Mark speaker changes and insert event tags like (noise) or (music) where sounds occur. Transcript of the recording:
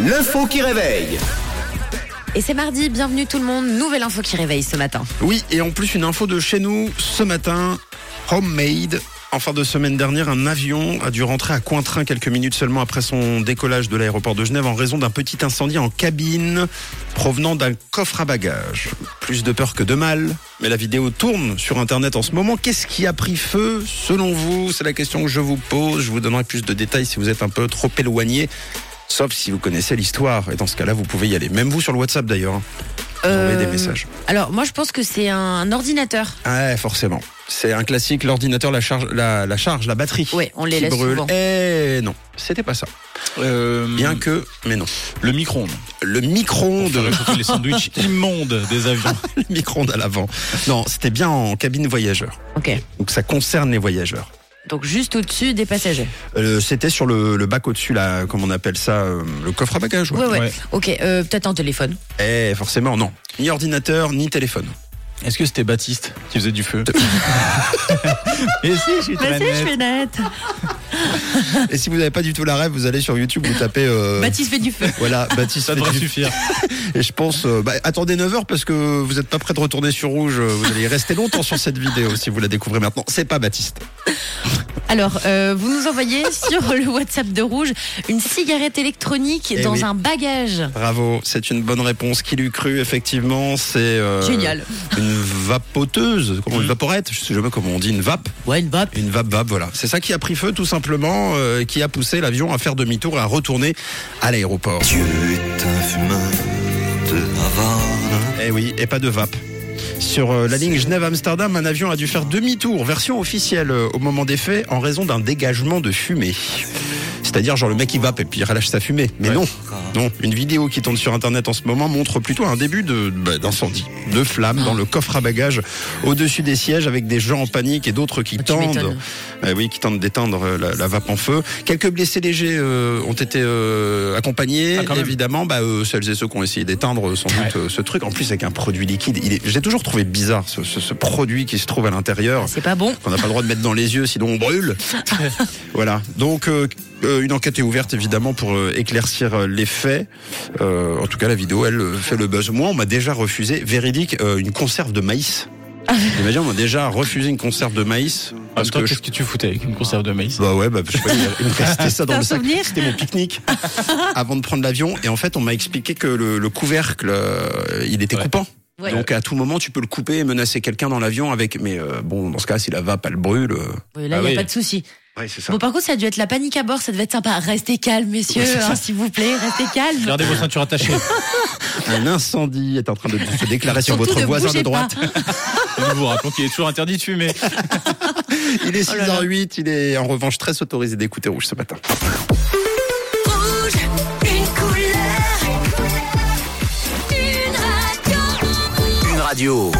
Speaker 1: L'info qui réveille.
Speaker 2: Et c'est mardi, bienvenue tout le monde, nouvelle info qui réveille ce matin.
Speaker 3: Oui, et en plus une info de chez nous ce matin, homemade. En fin de semaine dernière, un avion a dû rentrer à Cointrin quelques minutes seulement après son décollage de l'aéroport de Genève en raison d'un petit incendie en cabine provenant d'un coffre à bagages. Plus de peur que de mal, mais la vidéo tourne sur Internet en ce moment. Qu'est-ce qui a pris feu selon vous C'est la question que je vous pose. Je vous donnerai plus de détails si vous êtes un peu trop éloigné. Sauf si vous connaissez l'histoire, et dans ce cas-là, vous pouvez y aller. Même vous sur le WhatsApp d'ailleurs. hein. Vous envoyez des
Speaker 2: Euh,
Speaker 3: messages.
Speaker 2: Alors, moi, je pense que c'est un ordinateur.
Speaker 3: Ouais, forcément. C'est un classique, l'ordinateur, la charge, la, la charge, la batterie.
Speaker 2: Ouais, on les
Speaker 3: qui
Speaker 2: laisse
Speaker 3: brûle.
Speaker 2: souvent. Mm.
Speaker 3: Eh non, c'était pas ça.
Speaker 4: Euh,
Speaker 3: Bien que, mais non.
Speaker 4: le micro-ondes.
Speaker 3: Le
Speaker 4: On
Speaker 3: micro-ondes,
Speaker 4: fait réchauffer les sandwichs immondes des avions.
Speaker 3: (laughs) le micro-ondes à l'avant. Non, c'était bien en cabine voyageur.
Speaker 2: Ok.
Speaker 3: Donc ça concerne les voyageurs.
Speaker 2: Donc, juste au-dessus des passagers.
Speaker 3: Euh, c'était sur le, le bac au-dessus, là, comme on appelle ça, euh, le coffre à bagages.
Speaker 2: Ouais,
Speaker 3: Ouais.
Speaker 2: ouais.
Speaker 4: Ouais.
Speaker 2: Ok, euh, peut-être un téléphone.
Speaker 3: Eh, forcément, non. Ni ordinateur, ni téléphone.
Speaker 4: (laughs) Est-ce que c'était Baptiste qui faisait du feu Mais si, je suis très nette.
Speaker 2: nette.
Speaker 3: Et si vous n'avez pas du tout la rêve, vous allez sur YouTube, vous tapez. euh,
Speaker 2: Baptiste fait
Speaker 3: (laughs)
Speaker 2: du feu.
Speaker 3: Voilà, Baptiste.
Speaker 4: Ça devrait
Speaker 3: Fétu.
Speaker 4: suffire.
Speaker 3: (laughs) Et je pense, euh, bah, attendez 9h parce que vous n'êtes pas prêt de retourner sur Rouge. euh, Vous allez rester longtemps sur cette vidéo si vous la découvrez maintenant. C'est pas Baptiste.
Speaker 2: Alors, euh, vous nous envoyez sur le WhatsApp de Rouge une cigarette électronique
Speaker 3: Eh
Speaker 2: dans
Speaker 3: oui.
Speaker 2: un bagage.
Speaker 3: Bravo, c'est une bonne réponse. Qui l'eût cru, effectivement, c'est. euh,
Speaker 2: Génial.
Speaker 3: Une vapoteuse, comment
Speaker 4: Mm.
Speaker 3: une vaporette, je sais jamais comment on dit, une vape.
Speaker 2: Ouais, une vape.
Speaker 3: Une vape vape, voilà. C'est ça qui a pris feu, tout simplement, euh, qui a poussé l'avion à faire demi-tour et à retourner à l'aéroport.
Speaker 5: Dieu est un fumeur de Havane.
Speaker 3: Eh oui, et pas de vape. Sur euh, la ligne Genève-Amsterdam, un avion a dû faire demi-tour, version officielle, euh, au moment des faits, en raison d'un dégagement de fumée. C'est-à-dire, genre, le mec, il vape et puis il relâche sa fumée. Mais non, non. Une vidéo qui tourne sur Internet en ce moment montre plutôt un début de, bah, d'incendie, de flammes dans le coffre à bagages au-dessus des sièges avec des gens en panique et d'autres qui
Speaker 2: Ah, Tu
Speaker 3: tendent,
Speaker 2: m'étonnes.
Speaker 3: eh oui, qui tentent d'éteindre euh, la, la vape en feu. Quelques blessés légers euh, ont été euh, accompagnés,
Speaker 4: Ah, quand même.
Speaker 3: évidemment, bah, euh, celles et ceux qui ont essayé d'éteindre euh, sans doute euh, ce truc. En plus, avec un produit liquide, il est- j'ai toujours trouvé bizarre ce, ce- ce produit qui se trouve à l'intérieur.
Speaker 2: C'est pas bon.
Speaker 3: qu'on n'a pas le droit de mettre dans les yeux, sinon on brûle. voilà. Donc, euh, euh, une enquête est ouverte, évidemment, pour euh, éclaircir euh, les faits. Euh, en tout cas, la vidéo, elle euh, fait le buzz. Moi, on m'a déjà refusé, véridique, euh, une conserve de maïs. J'imagine, on m'a déjà refusé une conserve de maïs.
Speaker 4: Parce
Speaker 3: Parce
Speaker 4: que
Speaker 3: que je
Speaker 4: qu'est-ce que tu foutais avec une conserve de maïs
Speaker 3: bah ouais, bah, je sais pas,
Speaker 2: (laughs)
Speaker 3: il me restait ça dans
Speaker 2: T'as un
Speaker 3: le sac.
Speaker 2: souvenir
Speaker 3: C'était
Speaker 2: (laughs)
Speaker 3: mon pique-nique avant de prendre l'avion. Et en fait, on m'a expliqué que le, le couvercle, euh, il était
Speaker 4: Ouais.
Speaker 3: coupant.
Speaker 2: Ouais.
Speaker 3: Donc à tout moment, tu peux le couper et menacer quelqu'un dans l'avion avec. Mais euh, bon, dans ce cas, si la vape, elle brûle. euh,
Speaker 2: Ouais, Là,
Speaker 4: Ah
Speaker 2: il n'y a
Speaker 4: oui.
Speaker 2: pas de souci.
Speaker 3: Ouais, c'est ça.
Speaker 2: Bon, par contre, ça a dû être la panique à bord. Ça devait être sympa. Restez calmes, messieurs, hein, s'il vous plaît. Restez calmes.
Speaker 4: Gardez vos ceintures (laughs) attachées.
Speaker 3: Un incendie est en train de se déclarer sur
Speaker 2: Surtout
Speaker 3: votre
Speaker 2: ne
Speaker 3: voisin de
Speaker 2: bougez
Speaker 3: droite.
Speaker 2: pas.
Speaker 4: Nous vous rappelons qu'il est toujours interdit de fumer.
Speaker 3: Il est
Speaker 2: Oh là là.
Speaker 3: 6h08, il est en revanche très autorisé d'écouter rouge ce matin.
Speaker 6: Rouge, une couleur, une radio.
Speaker 1: Une radio.